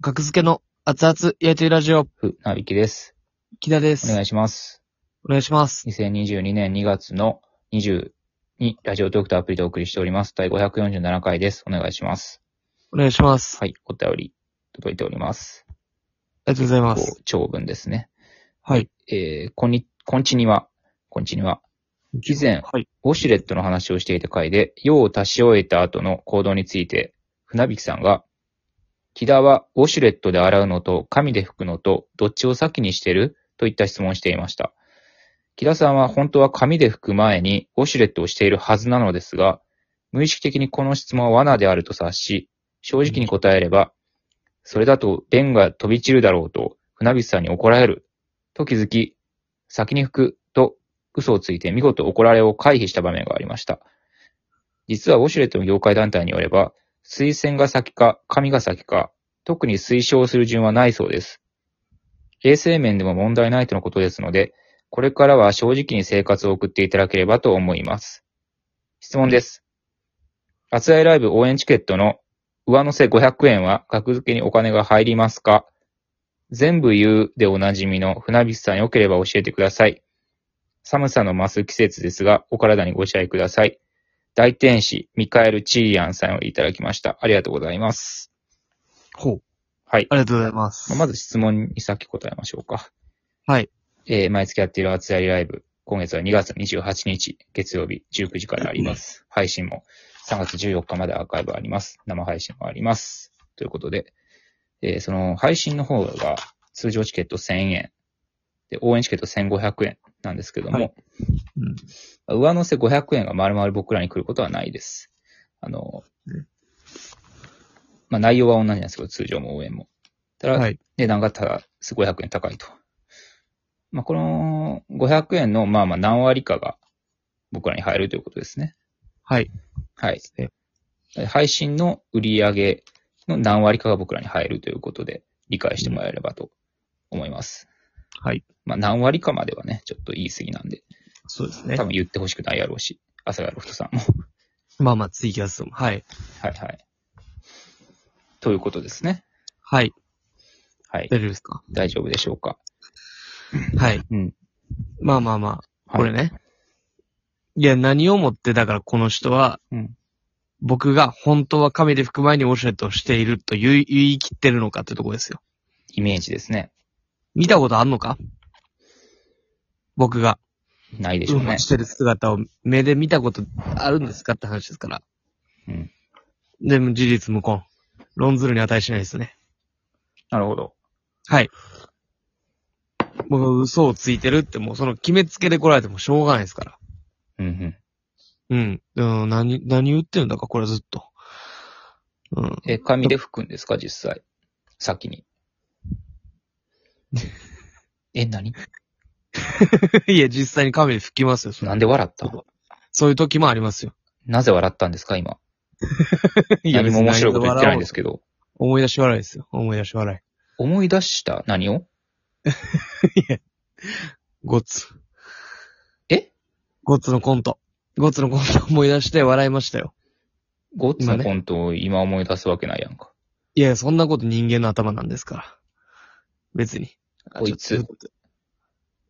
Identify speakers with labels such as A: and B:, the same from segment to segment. A: 格付けの熱々焼いてるラジオ、
B: ふ、なびきです。
A: 木田で
B: お
A: す。
B: 願いします。
A: お願いします。
B: 2022年2月の22、ラジオトークとアプリでお送りしております。第547回です。お願いします。
A: お願いします。
B: はい、お便り届いております。
A: ありがとうございま
B: こ
A: す。
B: う長文ですね。
A: はい。
B: えー、こんに、こんちには、こんちには、以前
A: はい。
B: ウォシュレットの話をしていた回で、用を足し終えた後の行動について、船引さんが、木田はウォシュレットで洗うのと紙で拭くのとどっちを先にしてるといった質問をしていました。木田さんは本当は紙で拭く前にウォシュレットをしているはずなのですが、無意識的にこの質問は罠であると察し、正直に答えれば、それだと便が飛び散るだろうと船引さんに怒られると気づき、先に拭くと嘘をついて見事怒られを回避した場面がありました。実はウォシュレットの業界団体によれば、推薦が先か紙が先か、特に推奨する順はないそうです。衛生面でも問題ないとのことですので、これからは正直に生活を送っていただければと思います。質問です。熱愛ライブ応援チケットの上乗せ500円は格付けにお金が入りますか全部言うでおなじみの船引さん良ければ教えてください。寒さの増す季節ですが、お体にご自愛ください。大天使、ミカエル・チリアンさんをいただきました。ありがとうございます。
A: ほう。
B: はい。
A: ありがとうございます。
B: まあまず質問に先答えましょうか。
A: はい。
B: えー毎月やっている熱やりライブ。今月は2月28日、月曜日19時からあります。配信も3月14日までアーカイブあります。生配信もあります。ということで、えーその配信の方が通常チケット1000円、で応援チケット1500円なんですけども、
A: はいうん
B: 上乗せ500円が丸々僕らに来ることはないです。あの
A: ね、
B: まあ内容は同じなんですけど、通常も応援も。ただ、
A: はい。
B: 値段がただ、500円高いと。まあ、この500円の、まあまあ何割かが僕らに入るということですね。
A: はい。
B: はい
A: ね。
B: 配信の売り上げの何割かが僕らに入るということで、理解してもらえればと思います。
A: はい。
B: まあ何割かまではね、ちょっと言い過ぎなんで、
A: そうですね
B: 多。分言ってほしくないやろうし、朝倉ロフトさんも。
A: まあまあ、ツイキャストも。はい。
B: はいはい。ということですね。
A: はい。
B: はい。
A: 大丈夫ですか
B: 大丈夫でしょうか。
A: はい。
B: うん。
A: まあまあまあ、
B: はい
A: これ。ね。いや、何をもって、だからこの人は、
B: うん。
A: 僕が本当は紙で拭く前にウォシュレットをしていると言い言い切ってるのかってとこですよ。
B: イメージですね。
A: 見たことあんのか僕が、
B: ないでしょ
A: う
B: うね
A: ん。してる姿を目で見たことあるんですかって話ですから。
B: うん。
A: でも事実無根。論ずるに値しないですね。
B: なるほど。
A: はい。僕は嘘をついてるってもうその決めつけで来られてもしょうがないですから。
B: うんう
A: う
B: ん。
A: ん。でも何、何言ってるんだか、これずっと。うん。
B: え、紙で拭くんですか、実際。先に。 え、何
A: いや、実際にカメラ吹きますよ。それ
B: なんで笑ったの
A: そういう時もありますよ。
B: なぜ笑ったんですか、今。
A: い
B: 何も面白いこと言ってないんですすけど。
A: 思い出し笑いですよ。思い出し笑
B: 思い出した何を
A: い。ゴッツ。
B: え
A: ゴッツのコント。ゴッツのコント思い出して笑いましたよ。
B: ゴッツ
A: 今ね
B: のコントを今思い出すわけないやんか。
A: いや、そんなこと人間の頭なんですから。別に。
B: こいつ
A: あ。ちょっと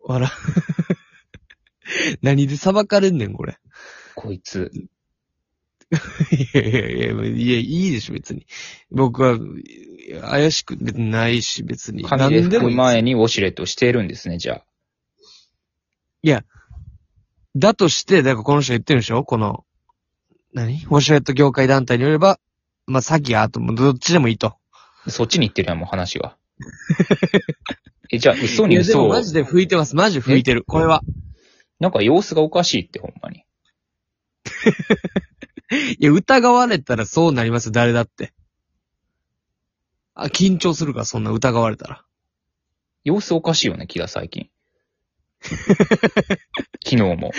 A: 笑う。 何で裁かれんねん、これ。
B: こいつ。
A: いやいやいや、いや、いいでしょ、別に。僕は、いや怪しく別にないし、別に。
B: 紙で
A: 何
B: 拭
A: も
B: く
A: いい
B: 前にウォシュレットをしているんですね、じゃあ。
A: だとして、だからこの人が言ってるでしょこの、何ウォシュレット業界団体によれば、まあ、先や後もどっちでもいいと。
B: そっちに行ってるやん、もう 話が。え、じゃあ、嘘に
A: いやで
B: 嘘
A: も
B: を。
A: マジで拭いてます。マジで拭いてる。これは。
B: なんか様子がおかしいって、ほんまに。
A: いや、疑われたらそうなりますよ、誰だって。あ、緊張するから、そんな疑われたら。
B: 様子おかしいよね、木田最近。 昨日も。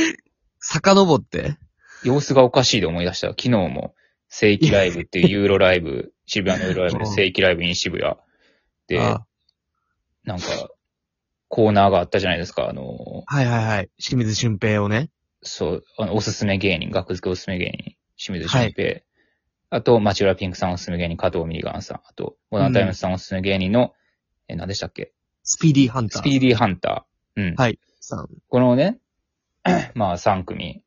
A: 遡って。
B: 様子がおかしいで思い出した。昨日も、正規ライブっていうユーロライブ、渋谷のユーロライブで
A: うん
B: 正規ライブ in 渋谷。で、
A: あ
B: なんか、コーナーがあったじゃないですか。あの、
A: はいはいはい。清水俊平をね。
B: そう、あの、おすすめ芸人、学付けおすすめ芸人、清水俊平あと、マチュラピンクさんおすすめ芸人、加藤ミリガンさん。あと、モダンタイムズさんおすすめ芸人の、え、何でしたっけ
A: スピーディーハンタ
B: ス
A: ー
B: ピーディーハンター。うん。
A: はいさん。
B: このね、 まあ3組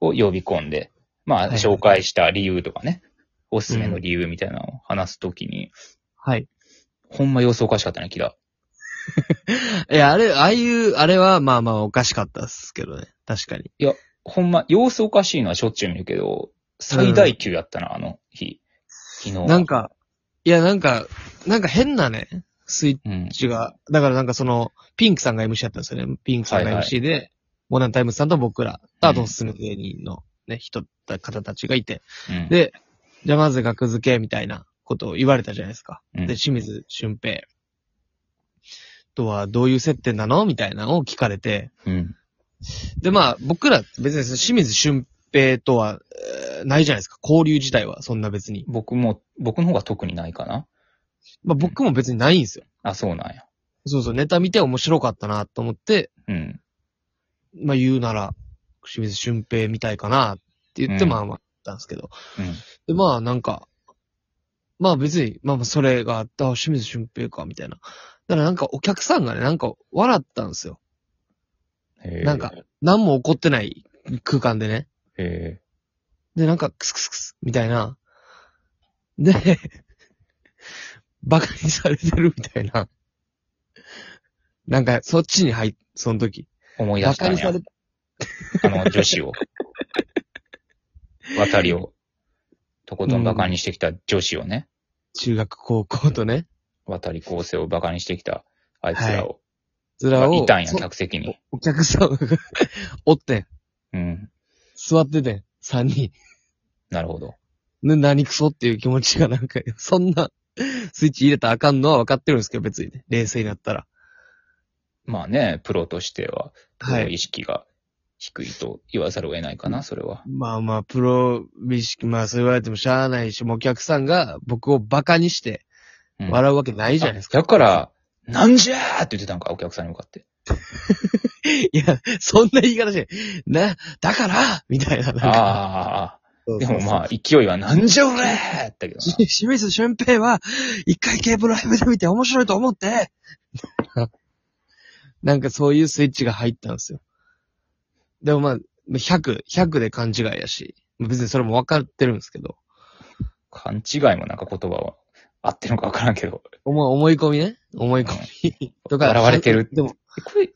B: を呼び込んで、ま
A: はい
B: あ
A: はい
B: 紹介した理由とかね、おすすめの理由みたいなのを話すときに、
A: はい。
B: ほんま様子おかしかったね、キラ。
A: いや、あれ、ああいう、あれは、まあまあおかしかったっすけどね。確かに。
B: ほんま、様子おかしいのはしょっちゅう見るけど、最大級やったな、あの日。昨日は。
A: なんか、いや、なんか、なんか変なね、スイッ
B: うん。
A: チが、だからなんかその、ピンクさんが MC だったんですよね。ピンクさん
B: はい
A: が
B: はい
A: MC で、モダンタイムズさんと僕ら、とあ
B: う
A: と
B: ん
A: おすすめ芸人のね、人た、方たちがいて、
B: うん、
A: で、じゃあまず学付けみたいなことを言われたじゃないですか。
B: うん
A: で、清水俊平とはどういう接点なのみたいなのを聞かれて、
B: うん。
A: で、まあ、僕ら別にその清水俊平とは、えーないじゃないですか。交流自体は、そんな別に。
B: 僕も、僕の方が特にないかな。
A: まあ僕も別にないんですよ。
B: あ、そうなんや。
A: そうそう、ネタ見て面白かったなと思って、
B: うん。
A: まあ言うなら、清水俊平みたいかなって言って、
B: うん
A: まあまあ、たんですけど。
B: うん。
A: で、まあなんか、まあ別に、まあまあそれがあった、あ清水俊平か、みたいな。だからなんかお客さんがね、なんか笑ったんですよ。
B: へー
A: なんか。、何も起こってない空間でね。
B: へ
A: で、なんか、クスクスクス、みたいな。で、 バカにされてるみたいな。なんか、そっちに入っ、その時。
B: ー思い出
A: バ
B: し
A: カ
B: たん
A: にさ。
B: や
A: れて、
B: あの、女 子を。渡りを。とことん馬鹿にしてきた女子をね。
A: 中学、高校とね、
B: 渡り構成を馬鹿にしてきた、あいつらを。
A: ずらを、
B: いたんや、
A: そ
B: 客席に。
A: お客さんがおってん、
B: うん。
A: 座っててん、三人。
B: なるほど。
A: ね、何クソっていう気持ちがなんか、そんな、スイッチ入れたらあかんのは分かってるんですけど、別にね。冷静になったら。
B: まあね、プロとしては、プ
A: は
B: ロ
A: い。
B: 意識が低いと言わざるを得ないかな、それは。
A: まあまあ、プロ意識、まあそう言われてもしゃあないし、もうお客さんが僕をバカにして、
B: うん
A: 笑うわけないじゃないですか。
B: あだから、なんじゃーって言ってたんか、お客さんに向か って。
A: いや、そんな言い方じゃない。な、だからみたいな。なんか
B: あ
A: そ
B: あ、
A: う
B: で
A: そうそう
B: もまあ、勢いはなんじゃおれーってけど
A: し 清水俊平は、一回ケーブルライブで見て面白いと思って、 なんかそういうスイッチが入ったんですよ。でもまあ、100、100で勘違いやし、別にそれも分かってるんですけど、
B: な。勘違いもなんか言葉は合ってるのかわからんけど。
A: 思思い込みね。思い込み。とか。
B: 笑われてる
A: でも、
B: これ、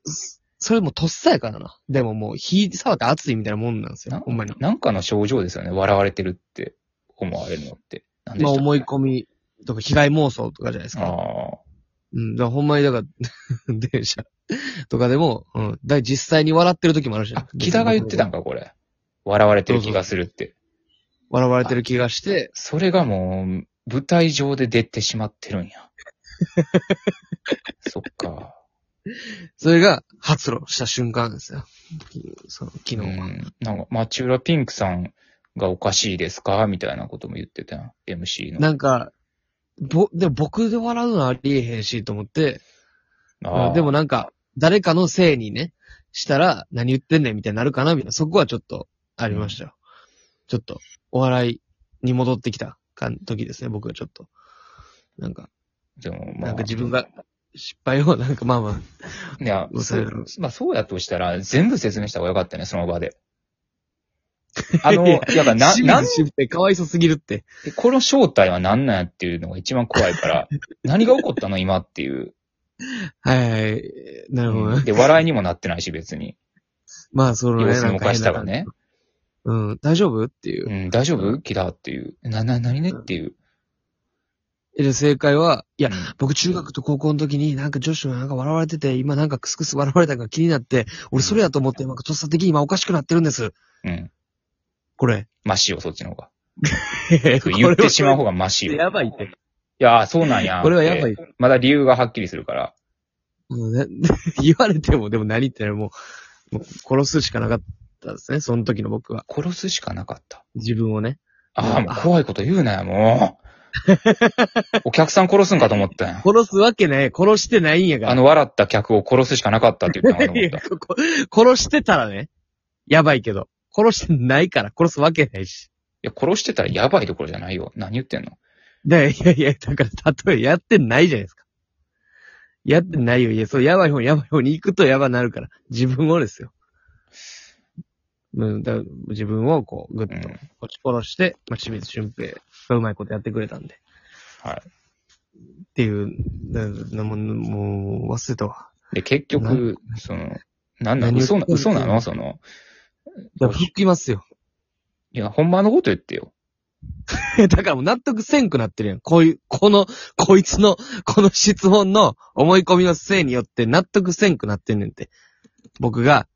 A: それもとっさやからな。でももう、火触って熱いみたいなもんなんですよ。ほんまに。
B: なんかの症状ですよね。笑われてるって思われるのって。なんで
A: まあ思い
B: み
A: 込みとか被害妄想とかじゃないですか。
B: あ
A: うん、だから ほんまにだから、電車とかでも、うん、だから実際に笑ってる時もあるじ
B: あ。
A: ゃん
B: あ、。木田が言ってたんか、これ。笑われてる
A: そうそ
B: 気
A: う
B: がするって。
A: 笑われてる気がして、
B: それがもう、舞台上で出てしまってるんや。 そっか。
A: それが発露した瞬間ですよ。その昨日
B: う
A: は。
B: ん。なんか、町浦ピンクさんがおかしいですかみたいなことも言ってたやん MC の。
A: なんか、ぼ、でも僕で笑うのはありえへんしと思って、
B: あー
A: でも、なんか、誰かのせいにね、したら何言ってんねんみたいになるかなみたいな、そこはちょっとありましたよ。ちょっと、お笑いに戻ってきた感時ですね、僕はちょっと。なんか、
B: でもまあ、
A: なんか自分が失敗を、なんかまあまあ、
B: いや、
A: う
B: そ
A: そう
B: うまあそうやとしたら、全部説明した方がよかったね、その場で。あ
A: い
B: の、
A: や
B: やっぱな、
A: 清
B: なん
A: 水俊平かわいそすぎるって。
B: でこの正体は何なんやっていうのが一番怖 いから、何が起こったの今っていう。
A: はいはい。なるほどね。
B: で、笑いにもなってないし別に。
A: まあ、その
B: 様
A: ね、
B: 子
A: な
B: の
A: ん
B: お
A: か
B: か
A: 変
B: し
A: な
B: さが
A: 感じ。
B: ね。
A: うん、大丈夫っていうう。
B: ん、大丈夫キラーっていう。な、な、何ねっていう。
A: えで、正解は、い
B: い
A: や、僕中学と高校の時になんか女子がなんか笑われてて、今なんかクスクス笑われたのが気になって、俺それやと思って、なんかとっさ的に今おかしくなってるんです。
B: うん。
A: これ。
B: マシよ、そっちの方が。
A: これ
B: 言
A: は
B: ってしまう方がマシよ。
A: やばいって。
B: いやー、そうなんや。
A: これはやばい。。
B: まだ理由がはっきりするから。
A: もうね 言われても、でも何言ってんのもう、もう殺すしかなかったですね、その時の僕は。
B: 殺すしかなかった。
A: 自分をね。
B: ああ、もう怖いこと言うなよ、も う。お客さん殺すんかと思ったんや
A: 殺すわけない、殺してないんやから
B: あ。の笑った客を殺すしかなかったって言ったのかと
A: い
B: 思
A: や
B: った。
A: ここ殺してたらね、やばいけど、殺してないから、殺すわけないし。
B: や、殺してたらやばいところじゃないよ。何言ってんの
A: で、いやいや、だから、例えやってないじゃないですか。やってないよ。いや、そう、やばい方に、やばい方に行くとやばなるから。自分をですよ。うん、だ自分をこう、ぐっと、
B: うん
A: 落ち殺して、まあ、清水俊平がうまいことやってくれたんで。
B: はい。
A: っていう、ななもう、もう忘れたわ。
B: で、結局、その、なんな
A: 何
B: の
A: 言って
B: 嘘
A: ん
B: な
A: の、
B: 嘘なのその、
A: だから吹きますよ。
B: いや、ほんまのこと言ってよ。
A: だからもう納得せんくなってるやん。こういう、この、こいつの、この質問の思い込みのせいによって納得せんくなってんねんて。僕が、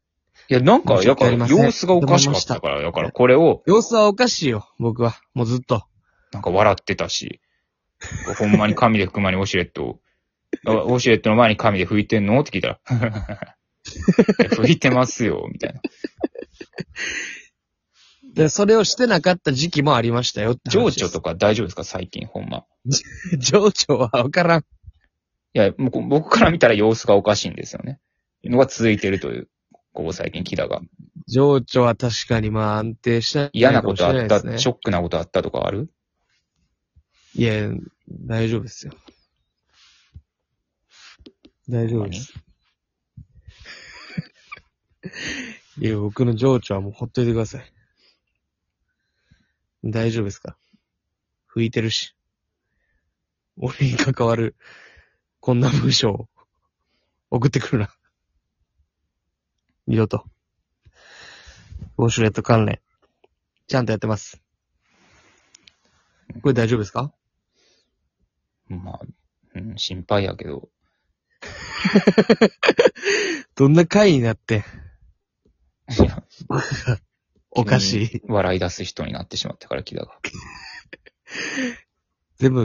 B: いや、なんか、
A: 申し
B: だ
A: 訳あ
B: から、
A: りません
B: 様子がおかしかったから、だから、これを、
A: 様子はおかしいよ、僕は。もうずっと。
B: なんか笑ってたし、ほんまに紙で拭く前にウォシュレットを、 あウォシュレットの前に紙で拭いてんのって聞いたら、 いや拭いてますよ、みた いな。
A: で、それをしてなかった時期もありましたよって話
B: 情
A: です。
B: 緒とか大丈夫ですか最近、ほんま。
A: 情緒はわからん。
B: いや、もうこ僕から見たら様子がおかしいんですよね。のが続いてるという、ここ最近、キダが。
A: 情緒は確かにまあ安定した、
B: 嫌なことあった、
A: ね、
B: ショックなことあったとかある
A: いや、大丈夫ですよ。大丈夫です。いや、僕の情緒はもうほっといてください。大丈夫ですか拭いてるし。俺に関わる、こんな文章を送ってくるな。二度と。ウォシュレット関連。ちゃんとやってます。これ大丈夫ですか
B: まあ、うん、心配やけど。
A: どんな回になって、
B: いや
A: おかしい。
B: 急に笑い出す人になってしまったから、キダが。
A: 全部